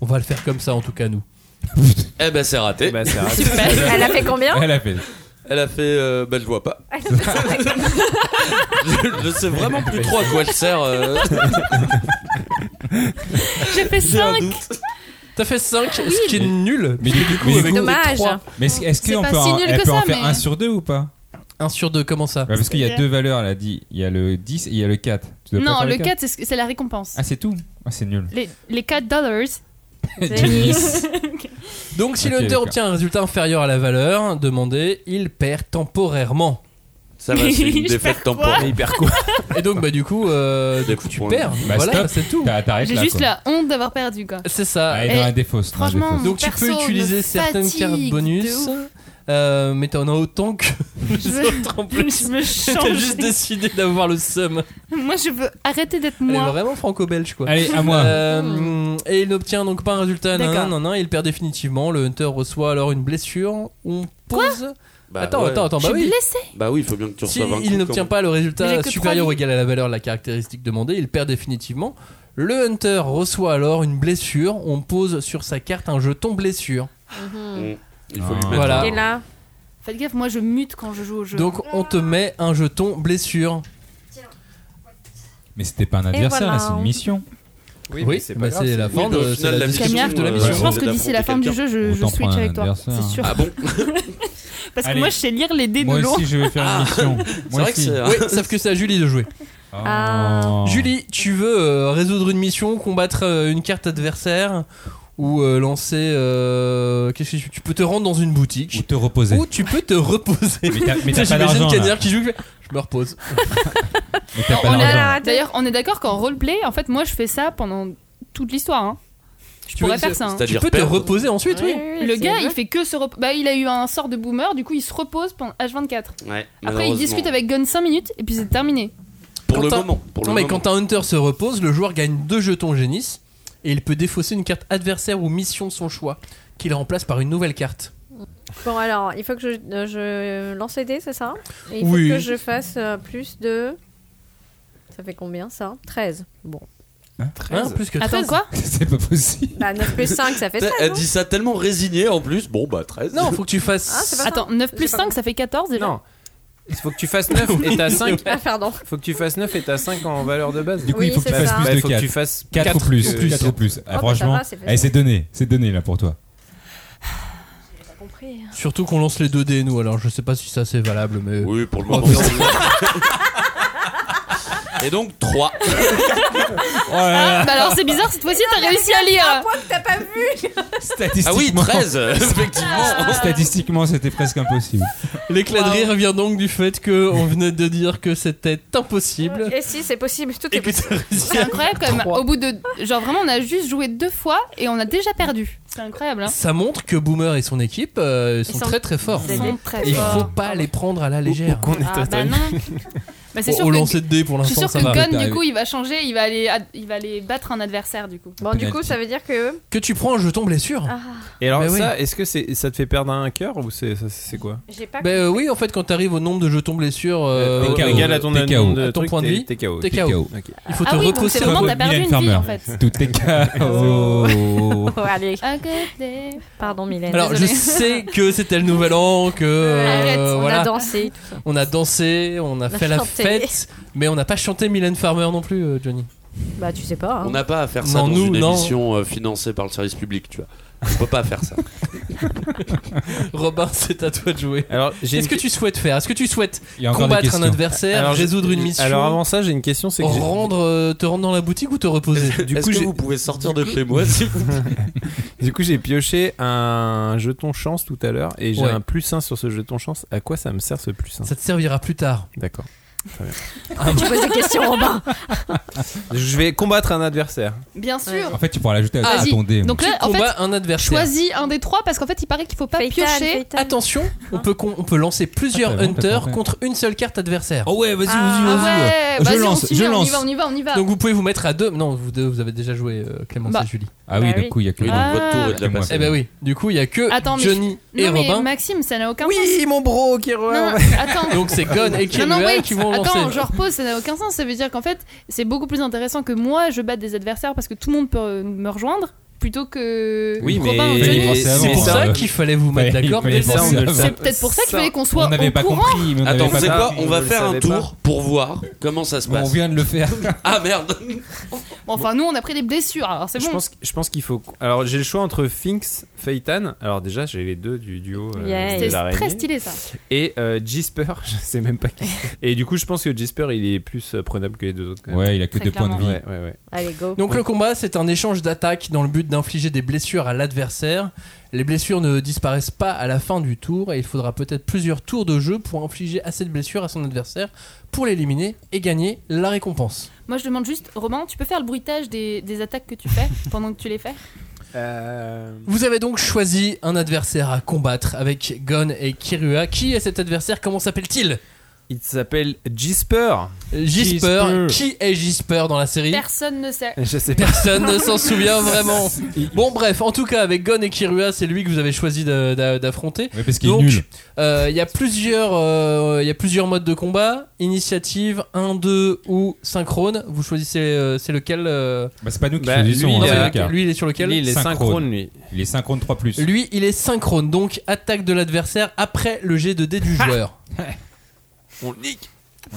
A: On va le faire comme ça en tout cas nous.
E: Eh ben, c'est raté.
K: Bah, ça rate.
B: Super.
F: Elle a fait combien
C: Elle a fait.
E: Elle a fait. euh, bah, je vois pas.
B: Ah,
E: je, je sais vraiment plus trop à quoi je sers. euh.
B: J'ai fait
E: J'ai un
B: 5
E: doute.
A: T'as fait 5, ce qui est nul.
C: Mais du coup,
A: avec
C: mais du coup-
F: Dommage.
A: trois.
C: mais est-ce- est-ce
B: C'est
C: qu'on
B: pas
C: peut,
B: si
C: en-
B: nul
C: elle
B: que
C: peut en
B: ça,
C: faire
B: mais-
C: 1 sur 2 ou pas
A: 1 sur 2, comment ça
C: Ouais, Parce qu'il y a
B: C'est-
C: deux valeurs, elle a dit. Il y a le 10 et il y a le 4. Tu dois pas
B: Non,
C: faire
B: le 4, c'est ce que- c'est la récompense.
C: Ah, c'est tout Ah, c'est nul.
B: Les, les 4 dollars.
C: Janice.
A: Donc si
C: Ok,
A: le hunter
C: d'accord.
A: obtient un résultat inférieur à la valeur demandée, il perd temporairement.
E: Ça va, c'est une défaite temporaire.
A: Et donc, bah, du coup, euh, du coup tu perds.
C: Bah,
A: voilà,
C: stop.
A: c'est tout.
C: T'as- t'arrêtes
B: J'ai
C: là,
B: juste
C: quoi.
B: la honte d'avoir perdu quoi.
A: C'est ça.
C: Ah, et dans la défausse, dans la
B: franchement,
C: défausse.
A: Donc tu
B: Mm. perso
A: peux
B: me
A: utiliser certaines
B: fatigue
A: cartes
B: de
A: bonus,
B: ouf.
A: euh, mais t'en as autant que
B: Je
A: les
B: veux-
A: autres en plus.
B: je me
A: T'as
B: change.
A: juste décidé d'avoir le seum.
B: Moi je veux arrêter d'être
A: Elle est
B: moi.
A: vraiment franco-belge quoi.
C: Allez, à moi.
A: Euh, Et il n'obtient donc pas un résultat.
B: D'accord.
A: Non, non, non, il perd définitivement. Le hunter reçoit alors une blessure. On pose.
E: Bah,
A: attends,
E: ouais.
A: attends, attends,
B: Je
A: bah
B: suis
A: oui.
B: blessée.
E: Bah oui, il faut bien que tu
A: Si
E: reçoives un
A: il
E: coup,
A: n'obtient
E: quand
A: pas le
B: Mais
A: résultat
B: j'ai que
A: supérieur ou
B: trois
A: égal à la valeur de la caractéristique demandée, il perd définitivement. Le hunter reçoit alors une blessure. On pose sur sa carte un jeton blessure.
E: même. Mm. Il faut lui
C: Ah.
E: mettre.
A: Voilà.
F: Il Mm-hmm. est là.
B: Faites gaffe, moi je mute quand je joue au jeu.
A: Donc on te met un jeton blessure.
C: Mais c'était pas un adversaire,
F: voilà.
C: là, c'est une mission.
K: Oui,
A: mais c'est pas grave, c'est- Oui, mais au
E: de-
A: final, la
E: discussion
B: Cagnard,
A: de la
B: je
A: mission.
B: pense que
E: Ouais.
B: d'ici la fin du jeu, je, je
C: Autant prendre
B: switch
C: un
B: avec toi. C'est
C: adversaire.
B: sûr.
E: Ah bon
B: Parce que
C: Allez.
B: moi je sais lire les dés de
C: Moi
B: l'eau.
C: aussi, je vais faire une mission.
E: C'est
C: Moi
E: vrai que
C: aussi.
E: c'est.
A: Oui, sauf que c'est à Julie de jouer.
C: Oh.
F: Ah.
A: Julie, tu veux euh, résoudre une mission, combattre euh, une carte adversaire ou euh, lancer. euh, Qu'est-ce que tu, tu peux te rendre dans une
C: Ou
A: boutique
C: te reposer.
A: ou tu peux te reposer.
C: Mais t'as- mais t'as pas
A: J'imagine
C: d'argent, là.
A: Kader qui joue. qui fait, Je me repose.
C: Mais t'as
B: On-
C: pas
B: on
C: d'argent.
F: a-
B: D'ailleurs, on est d'accord qu'en roleplay, en fait, moi je fais ça pendant toute l'histoire. hein. Je
A: Tu veux
B: pourrais
A: dire-
B: faire ça. hein.
A: Tu
E: C'est-à-dire
A: peux te
E: perdre.
A: reposer ensuite, oui.
B: Le gars, il fait que se rep- bah, il a eu un sort de boomer, du coup il se repose pendant H24.
E: Ouais,
B: Après il
E: malheureusement.
B: discute avec Gun 5 minutes et puis c'est terminé.
E: Pour le
A: Quentin.
E: moment. Pour
A: Non,
E: le
A: mais
E: moment.
A: quand un hunter se repose, le joueur gagne deux jetons génisse et il peut défausser une carte adversaire ou mission de son choix qu'il remplace par une nouvelle carte.
F: Bon, alors, il faut que je, euh, je lance les dés, c'est ça Et il
A: Oui.
F: faut que je fasse euh, plus de. Ça fait combien ça 13. Bon.
A: Hein, plus que
B: Attends
A: 13.
B: quoi
C: C'est pas possible.
F: Bah, 9 plus 5, ça fait
E: Putain, Elle
F: 13.
E: dit ça tellement résignée en plus. Bon bah 13.
A: Non, faut que tu
F: Ah, c'est
A: fasses.
F: pas-
B: Attends, 9 plus
F: J'ai pas
B: 5 ça fait 14 déjà.
K: Non. Il faut que tu fasses 9 et t'as 5.
F: Ah, pardon.
K: Faut que tu fasses 9 et t'as 5 en valeur de base.
C: Du coup,
F: Oui,
C: il faut que tu
F: c'est
C: fasses
F: ça.
K: Bah,
C: plus de
K: faut que
C: 4.
K: tu fasses
C: 4 ou plus.
K: euh,
C: 4 ou plus.
F: bah,
C: Ah, franchement,
F: ça va, c'est
C: eh, c'est donné. C'est donné là pour toi.
F: J'ai compris.
A: Surtout qu'on lance les 2 dés, nous, alors je sais pas si ça c'est valable, mais.
E: Oui, pour le
A: Oh,
E: moment. Et donc 3.
C: Oh là là,
B: Bah alors c'est bizarre, cette fois-ci t'as réussi à lire.
F: Quoi que t'as pas vu
E: Ah
C: statistiquement.
E: oui, 13 Effectivement
C: Statistiquement, c'était presque impossible.
A: L'éclat de rire vient donc du fait qu'on venait de dire que c'était impossible
F: Et si, c'est possible. Tout
A: et
F: est
A: que
F: possible.
A: t'as réussi
B: C'est
A: à-
B: incroyable quand même.
A: Trois.
B: Au bout de. Genre vraiment, on a juste joué deux fois et on a déjà perdu. C'est incroyable. Hein.
A: Ça montre que Boomer et son équipe euh, sont,
F: sont-
A: très très forts.
B: Ils sont très
A: Et Il
B: forts.
A: faut pas les prendre à la légère.
K: qu'on est
B: Ah bah non. Bah c'est
A: Au-
B: sûr
A: au
B: que.
A: lancer de dés pour
B: Je suis
A: l'instant,
B: sûr que
A: ça va.
B: Gun, du
C: T'arrives.
B: coup, il va changer, il va aller, ad- il va aller battre un adversaire, du coup.
F: Bon, du coup, ça veut dire que.
A: Que tu prends un jeton blessure.
F: Ah,
K: Et alors,
A: Mais oui.
K: ça, est-ce que c'est- ça te fait perdre un cœur ou c'est ça, c'est quoi
F: J'ai pas.
A: Ben euh, oui, en fait, quand t'arrives au nombre de jetons blessure, euh,
C: T'es
A: au-
C: KO.
K: Égal à ton,
C: T'es
K: nombre
A: KO. À ton
K: trucs,
A: point de
K: t'es-
A: vie,
K: T'es KO.
A: t'es
C: T'es
A: KO.
C: KO.
K: Ok.
A: Il faut te
B: ah oui, donc
A: reposer.
B: c'est vraiment
C: Bravo,
B: t'as perdu une
C: Mylène
B: vie,
C: Farmer.
B: en fait.
C: Tout est KO.
F: Oh, allez.
B: À côté.
F: Pardon,
A: euh,
F: Mylène.
A: Alors je
B: Désolée.
A: sais que c'était le nouvel an, que euh,
F: Arrête, on
A: voilà,
F: a dansé. tout ça.
A: on a dansé, on a fait la
F: chanté.
A: fête, mais on n'a pas chanté Mylène Farmer non plus, euh, Johnny.
F: Bah, tu sais pas.
E: On
F: Hein.
E: n'a pas à faire ça
A: Non,
E: dans
A: nous,
E: une
A: non.
E: émission euh, financée par le service public, tu vois. On peut pas faire ça.
A: Robin, c'est à toi de jouer.
K: Alors, j'ai
A: Qu'est-ce
K: une-
A: que tu souhaites faire Est-ce que tu souhaites
C: Il y a encore des
A: combattre un
C: questions.
A: adversaire,
K: Alors, j'ai-
A: résoudre une mission,
K: Alors avant ça, j'ai une question, c'est que j'ai-
A: rendre, euh, te rendre dans la boutique ou te reposer
K: du
E: Est-ce
K: coup,
E: que
K: j'ai-
E: vous pouvez sortir de chez moi s'il vous plaît
K: du coup, j'ai pioché un jeton chance tout à l'heure et j'ai
A: Ouais.
K: un plus 1 sur ce jeton chance. À quoi ça me sert ce plus 1
A: Ça te servira plus tard.
K: D'accord.
F: Tu poses des questions, Robin.
K: Je vais combattre un adversaire.
B: Bien sûr.
C: En fait, tu pourras l'ajouter à, à
B: Vas-y.
C: ton dé.
B: Donc là, en fait,
A: Combat un adversaire.
B: choisis un des trois parce qu'en fait, il paraît qu'il faut pas
F: Fatal,
B: piocher.
F: fatal.
A: Attention, on peut, con- on peut lancer plusieurs
C: Ah, t'as vraiment pas
A: hunters
C: compris.
A: contre une seule carte adversaire.
C: Oh ouais, vas-y,
F: Ah,
C: vas-y, vas-y.
B: Ah ouais,
C: Je
B: vas-y, on
C: lance,
B: s'y
C: je
B: met, On
C: lance.
B: y va, on y va, on y va.
A: Donc vous pouvez vous mettre à deux. Non, vous deux, vous avez déjà joué euh, Clémence
B: Bah.
A: et Julie.
C: Ah oui,
F: Bah
C: d'un
F: oui.
C: coup, il y a que
E: Oui, donc
B: Ah.
E: votre tour est de la
C: Et moi.
E: passer.
A: Eh ben oui. Du coup, il y a que
B: Attends, mais
A: Johnny et
B: non, mais
A: Robin.
B: Maxime, ça n'a aucun
K: Oui, mon Oh, bro, qui
B: sens. Non, non, attends.
A: Donc c'est Gon et
B: Non, non,
A: Kiruel
B: wait.
A: qui vont
B: Attends,
A: lancer.
B: je repose, ça n'a aucun sens. Ça veut dire qu'en fait, c'est beaucoup plus intéressant que moi, je batte des adversaires parce que tout le monde peut euh, me rejoindre plutôt que
K: Oui, mais
B: Robin ou Johnny.
C: Mais c'est
A: C'est
C: avant,
A: pour ça
C: euh,
A: qu'il fallait vous
C: fallait-
A: mettre d'accord
C: fallait
A: dès le
C: penser
A: début.
C: avant.
K: C'est
B: Peut-être pour ça qu'il fallait qu'on soit
C: On n'avait
B: au
C: pas
B: courant.
C: compris. mais on
E: Attends,
C: n'avait
E: vous
C: pas
E: savez
K: compris.
E: quoi On va
K: Vous le
E: faire un
K: savez
E: tour pour voir comment ça se
C: On
E: passe.
C: vient de le faire.
E: Ah merde
B: Bon, enfin, nous, on a pris des blessures, alors c'est
K: Je
B: bon.
K: pense, je pense qu'il faut. Alors j'ai le choix entre Finks, Feitan. Alors déjà j'ai les deux du duo. euh,
F: Yeah.
K: de
B: C'était
K: l'araignée.
B: très stylé ça.
K: Et euh, Jisper, je sais même pas qui. c'est. Et du coup je pense que Jisper il est plus euh, prenable que les deux autres. Quand même.
C: Ouais, il a que
B: Très
C: deux points de vie.
K: ouais, ouais. ouais.
F: Allez, go.
A: Donc le combat, c'est un échange d'attaques dans le but
K: d'infliger des blessures à l'adversaire. Les blessures ne disparaissent pas à la fin du tour et il faudra peut-être plusieurs tours de jeu pour infliger assez de blessures à son adversaire pour l'éliminer et gagner la récompense.
B: Moi, je demande juste, Romain, tu peux faire le bruitage des, des attaques que tu fais pendant que tu les fais
K: Vous avez donc choisi un adversaire à combattre avec Gon et Kirua. Qui est cet adversaire Comment s'appelle-t-il
A: Il s'appelle Jisper.
K: Jisper. Qui est Jisper dans la série
B: Personne ne sait.
A: Je sais pas.
K: Personne ne s'en souvient vraiment. Bon, bref, en tout cas, avec Gon et Kirua, c'est lui que vous avez choisi de- d'a- d'affronter.
C: parce qu'il est
K: Donc,
C: nul.
K: euh, il y a plusieurs, euh, il y a plusieurs modes de combat initiative, 1, 2 ou synchrone. Vous choisissez, euh, c'est lequel euh,
C: Bah, c'est pas nous qui
A: Bah,
C: choisissons,
A: lui,
C: on
A: il
C: sait
A: a-
C: le cas.
K: lui, il est sur lequel
A: Lui, il est synchrone, lui.
C: Il est synchrone 3 plus.
K: Lui, il est synchrone, donc attaque de l'adversaire après le jet de dé du joueur.
A: On le nique.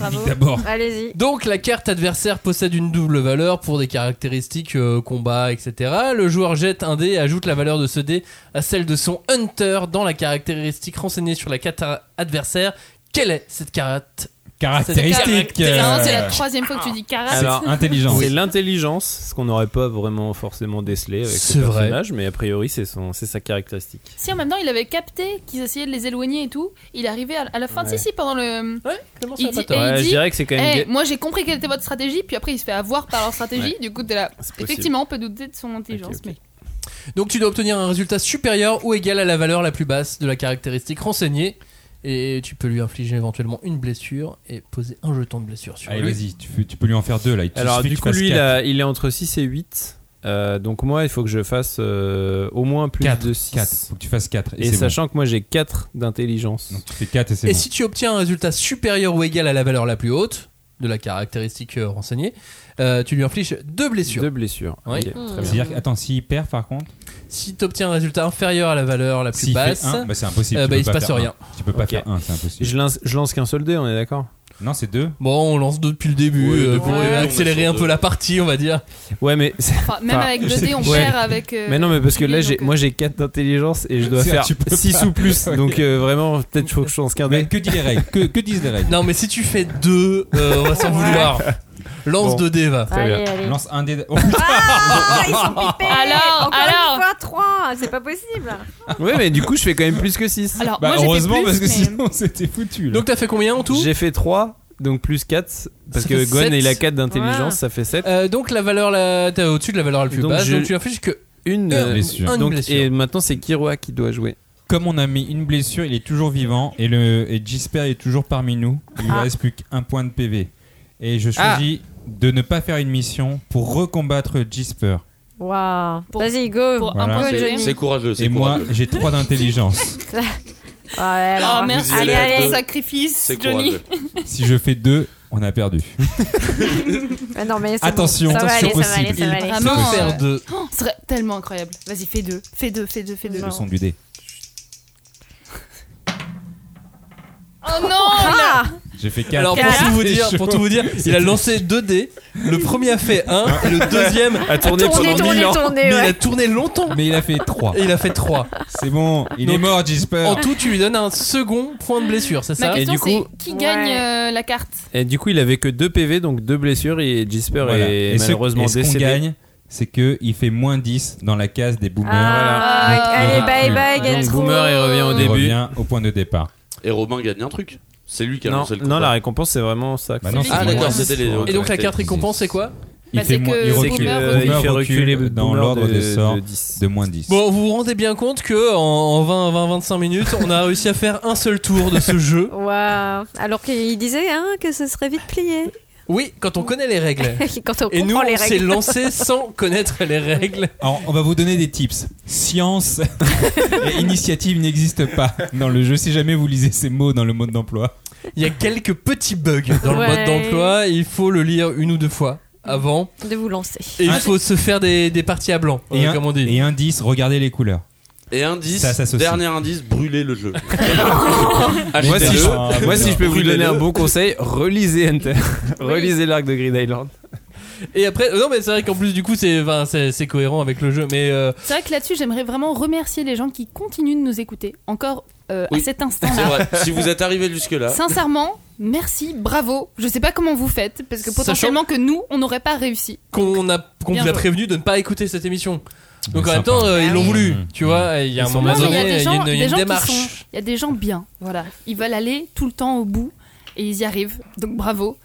C: Nique d'abord.
F: Allez-y.
K: Donc la carte adversaire possède une double valeur pour des caractéristiques euh, combat, etc. Le joueur jette un dé et ajoute la valeur de ce dé à celle de son hunter dans la caractéristique renseignée sur la carte a- adversaire. Quelle est cette carte
C: Caractéristique.
K: C'est-
B: Non,
C: euh,
B: C'est la troisième fois que tu dis carat.
A: Alors,
C: Intelligence.
A: C'est l'intelligence, ce qu'on n'aurait pas vraiment forcément décelé avec
K: C'est
A: ce
K: vrai.
A: personnage, mais a priori c'est son, c'est sa caractéristique.
B: Si en même temps il avait capté qu'ils essayaient de les éloigner et tout, il est arrivé à à la fin.
A: Ouais.
B: Si, si, pendant le.
K: Ouais, Clémence,
B: Il
K: elle a
B: dit-
K: pas tort.
B: il
A: Ouais,
B: dit,
A: je dirais que c'est quand même.
B: Eh,
A: gay-
B: moi j'ai compris quelle était votre stratégie, puis après il se fait avoir par leur stratégie, du coup t'es là.
A: C'est possible.
B: Effectivement, on peut douter de son intelligence,
A: ok.
K: Donc tu dois obtenir un résultat supérieur ou égal à la valeur la plus basse de la caractéristique renseignée. Et tu peux lui infliger éventuellement une blessure et poser un jeton de blessure sur
C: Allez,
K: lui.
C: vas-y, tu, fais- tu peux lui en faire deux là. Il te
A: Alors
C: suffit
A: du
C: que
A: coup
C: tu fasses
A: lui il,
C: quatre.
A: a- il est entre 6 et 8. euh, donc moi il faut que je fasse euh, au moins plus
C: Quatre,
A: de 6.
C: quatre. Faut que tu fasses 4.
A: Et, sachant que moi j'ai 4 d'intelligence.
C: Donc tu fais 4 et c'est
K: Et
C: bon.
K: si tu obtiens un résultat supérieur ou égal à la valeur la plus haute de la caractéristique euh, renseignée, euh, tu lui infliges deux blessures.
A: Deux blessures.
K: Oui.
A: Ok, très bien.
C: C'est-à-dire, que- attends, s'il perd par contre,
K: Si tu obtiens un résultat inférieur à la valeur la plus
C: s'il fait
K: basse,
C: 1, bah c'est impossible.
K: euh,
C: tu
K: bah,
C: peux
K: il se
C: pas
K: passe
C: faire un.
K: rien.
C: Tu peux pas
A: Ok.
C: faire 1, c'est impossible.
A: Je lance, je lance qu'un seul dé, on est d'accord
C: Non, c'est 2.
K: Bon, on lance deux depuis le début
E: Oui,
K: euh,
E: depuis
K: pour
E: le début, on est
K: accélérer
E: sur
K: un peu
E: deux.
K: la partie, on va dire.
A: Ouais, mais
B: mais. Enfin, même
A: Enfin,
B: avec
A: je
B: 2D,
A: sais-
B: on
A: ouais.
B: perd avec. euh,
A: Mais non, mais parce que là,
B: oui,
A: j'ai,
B: donc, euh,
A: moi j'ai 4 d'intelligence et je dois
C: C'est-
A: faire
C: tu peux
A: 6
C: pas.
A: ou plus.
C: Ok.
A: Donc euh, vraiment, peut-être faut que je lance qu'un
C: Mais
A: dé.
C: que, dit les règles que, que disent les règles
K: Non, mais si tu fais deux, euh, on va s'en vouloir. Lance
A: Bon.
K: deux dés, va.
A: Très bien.
F: Allez, allez.
C: Lance un dé. Oh, putain.
F: Ah, ils sont pipés
B: Alors,
F: Encore
B: alors.
F: une fois, 3 C'est pas possible
A: Ouais, mais du coup, je fais quand même plus que 6.
B: Alors,
C: bah,
B: moi j'ai fait
C: heureusement,
B: plus,
C: parce que
B: mais-
C: sinon, c'était foutu. Là.
K: Donc t'as fait combien en tout
A: J'ai fait 3, donc plus 4. Parce
K: Ça
A: que
K: fait
A: Gwen,
K: sept.
A: il a 4 d'intelligence,
F: Ouais.
A: ça fait 7.
K: Euh, Donc la valeur, la... t'es au-dessus de la valeur la plus
A: Donc,
K: basse,
A: je-
K: donc tu infliges que
A: Une.
K: une
A: euh,
C: blessure.
K: une
A: donc,
K: blessure.
A: et maintenant, c'est Kirua qui doit jouer.
C: Comme on a mis une blessure, il est toujours vivant et le et Jisper est toujours parmi nous. Il lui reste plus qu'un point de PV. Et je choisis de ne pas faire une mission pour recombattre Jisper.
F: Waouh
B: Pour-
F: Vas-y, go
B: Pour
C: Voilà.
B: un peu
F: C'est-
B: Johnny.
E: C'est courageux, c'est
C: Et moi,
E: courageux.
C: j'ai 3 d'intelligence.
F: Ah, Ouais, alors.
B: Oh
E: Vous
B: merci,
E: y
B: allez,
E: allez à
B: allez,
E: deux.
B: sacrifice,
E: C'est
B: Johnny.
E: courageux.
C: si je fais 2, on a perdu.
F: Ah non, mais c'est
C: Attention,
F: bon. ça va
C: attention
F: aller, ça va aller,
C: possible.
F: ça va
B: Il-
F: aller.
B: Ah,
K: peut
B: non, euh,
K: faire deux.
B: Oh, ce serait tellement incroyable. Vas-y, fais deux, fais deux, fais deux, fais deux.
C: Le son du dé.
B: Oh non
F: Ah
C: J'ai fait 4.
K: Alors pour tout vous dire, pour tout vous dire, il a lancé deux dés. Le premier a fait 1 et le deuxième a tourné
F: Tourner,
K: pendant
F: tourner,
K: mille ans.
F: tourner,
K: Mais il
F: ouais.
K: a tourné longtemps
C: Mais il a fait 3.
K: et il a fait 3.
C: C'est bon, il
K: Donc,
C: est mort, Jisper.
K: En tout, tu lui donnes un second point de blessure, c'est
B: Ma
K: ça
A: Euh. Et
B: question
A: du coup-
B: c'est qui gagne euh, la carte
A: Et du coup, il avait que 2 PV, donc 2 blessures. Et Jisper
C: Voilà.
A: est
C: Et ce-
A: malheureusement
C: et ce qu'on
A: décédé.
C: gagne, c'est que il fait moins 10 dans la case des boomers.
F: Ah,
B: Voilà.
F: Allez,
C: Ah,
F: bye bye,
C: donc,
F: Gaël
A: Donc, Boomer, il revient au
C: On
A: début.
C: revient au point de départ.
E: Et Robin gagne un truc. C'est lui qui a
A: Non,
E: lancé le
A: non, la
E: combat.
A: récompense, c'est vraiment ça.
C: Bah non,
B: lui
C: c'est
E: qui
C: moins
E: gagne.
C: 10.
E: C'était les-
K: Et donc la carte récompense, c'est quoi
C: Il
B: Bah,
C: fait
B: c'est
C: moins-
B: que
C: il
B: le
A: C'est
C: recule,
A: qu'il
B: boomer
A: euh, il
C: Boomer
A: fait
C: recule
A: reculer le
C: dans
A: boomer
C: l'ordre
A: de-
C: des sorts
A: de 10.
C: de moins 10.
K: Bon, vous vous rendez bien compte que en- en 20-25 minutes, on a réussi à faire un seul tour de ce jeu.
F: Waouh Alors qu'il disait hein, que ce serait vite plié.
K: Oui, quand on connaît les règles.
F: Quand on
K: Et nous,
F: comprend les
K: on s'est
F: règles.
K: lancé sans connaître les règles.
C: Alors, on va vous donner des tips. Science et initiative n'existent pas dans le jeu si jamais vous lisez ces mots dans le mode d'emploi.
K: Il y a quelques petits bugs dans le
F: Ouais.
K: mode d'emploi. Il faut le lire une ou deux fois avant.
F: De vous lancer.
K: Et il
A: Ah.
C: Un-
K: faut se faire des, des parties à blanc, euh,
C: un-
K: comme on dit.
C: et indice, regardez les couleurs.
E: Et indice,
C: Ça s'associe.
E: dernier indice, brûler le jeu. Achetez-le.
A: Moi, si,
C: Ah,
A: je, moi, si je peux vous
E: Brûlez-le.
A: donner un bon conseil, relisez Hunter. relisez l'arc de Grid Island.
K: Et, après, euh, non mais c'est vrai qu'en plus du coup c'est enfin, c'est c'est cohérent avec le jeu. Mais euh,
B: C'est vrai que là-dessus, j'aimerais vraiment remercier les gens qui continuent de nous écouter encore euh, à
E: Oui.
B: cet
E: C'est
B: instant-là.
E: vrai. Si vous êtes arrivé jusque-là,
B: Sincèrement, merci, bravo. Je sais pas comment vous faites parce que
K: Sachant-
B: potentiellement que nous, on n'aurait pas réussi.
K: qu'on a qu'on
B: Bien
K: vous a
B: joué.
K: prévenu de ne pas écouter cette émission.
A: Donc en même temps, euh, ils l'ont voulu, tu vois. Il y a un moment
B: Ah Non,
A: donné,
B: mais il y a
A: il y a
B: des gens,
A: une, il y a
B: des
A: une
B: gens qui
A: démarche.
B: sont- il y a des gens bien, voilà. Ils veulent aller tout le temps au bout et ils y arrivent. Donc bravo.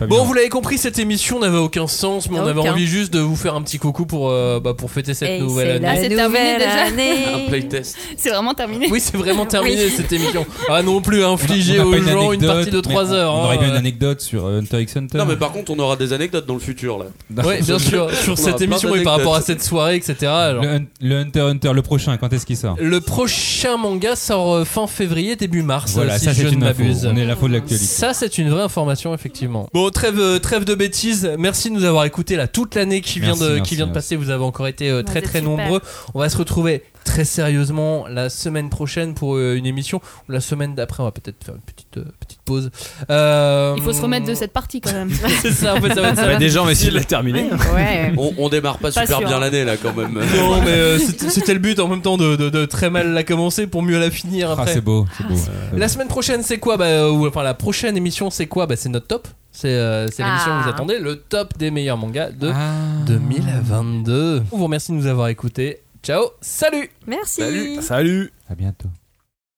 A: euh, Bon, vous l'avez compris, cette émission n'avait aucun sens, mais on avait
B: Aucun.
A: envie juste de vous faire un petit coucou pour, euh, bah, pour fêter cette nouvelle
B: Ah,
A: année.
B: c'est terminé déjà.
A: Un playtest.
B: C'est vraiment terminé.
A: Oui, c'est vraiment terminé cette émission. Ah non plus, infliger
C: On
A: aux
C: n'a pas
A: gens une
C: d'anecdote,
A: partie de
C: mais
A: 3 heures.
C: On
A: hein.
C: aurait bien une anecdote sur euh, Hunter x Hunter.
E: Non, mais par contre, on aura des anecdotes dans le futur là.
A: Ouais, bien sûr,
E: On
A: sur
E: aura
A: cette
E: plein
A: émission et par rapport à
E: d'anecdotes.
A: cette soirée, etc. alors.
C: Le, Hun- le Hunter x Hunter, le prochain, quand est-ce qu'il sort
A: Le prochain manga sort euh, fin février, début mars.
C: Voilà,
A: si
C: ça,
A: je ne
C: c'est une info.
A: m'abuse.
C: On est l'info de l'actualité.
A: Ça, c'est une vraie information, effectivement. Bon, trêve, euh, trêve de bêtises. Merci de nous avoir écoutés là toute l'année qui vient
C: Merci,
A: de,
C: merci,
A: qui vient de
C: merci.
A: passer. Vous avez encore été euh, très
C: êtes
A: très
C: super.
A: nombreux. On va se retrouver très sérieusement la semaine prochaine pour euh, une émission. Ou la semaine d'après, on va peut-être faire une petite euh, petite pause. Euh,
B: Il faut se remettre de cette partie quand même.
A: c'est ça, en fait, ça va être ça.
K: Bah, déjà, on va essayer de la terminer.
B: Ouais.
E: On, on démarre pas,
B: Pas
E: super
B: sûr.
E: bien l'année là quand même.
A: Non, mais euh, c'était c'était le but en même temps de, de- de très mal la commencer pour mieux la finir
C: Ah,
A: après.
C: c'est beau, c'est beau. Euh,
A: La semaine prochaine, c'est quoi bah, euh, ou, Enfin, la prochaine émission, c'est quoi bah, C'est notre top. C'est euh, c'est l'émission que vous
C: Ah.
A: attendez, le top des meilleurs mangas de
C: Ah.
A: 2022. On vous remercie de nous avoir écoutés. Ciao, salut
F: Merci
A: Salut.
K: Salut
C: À bientôt.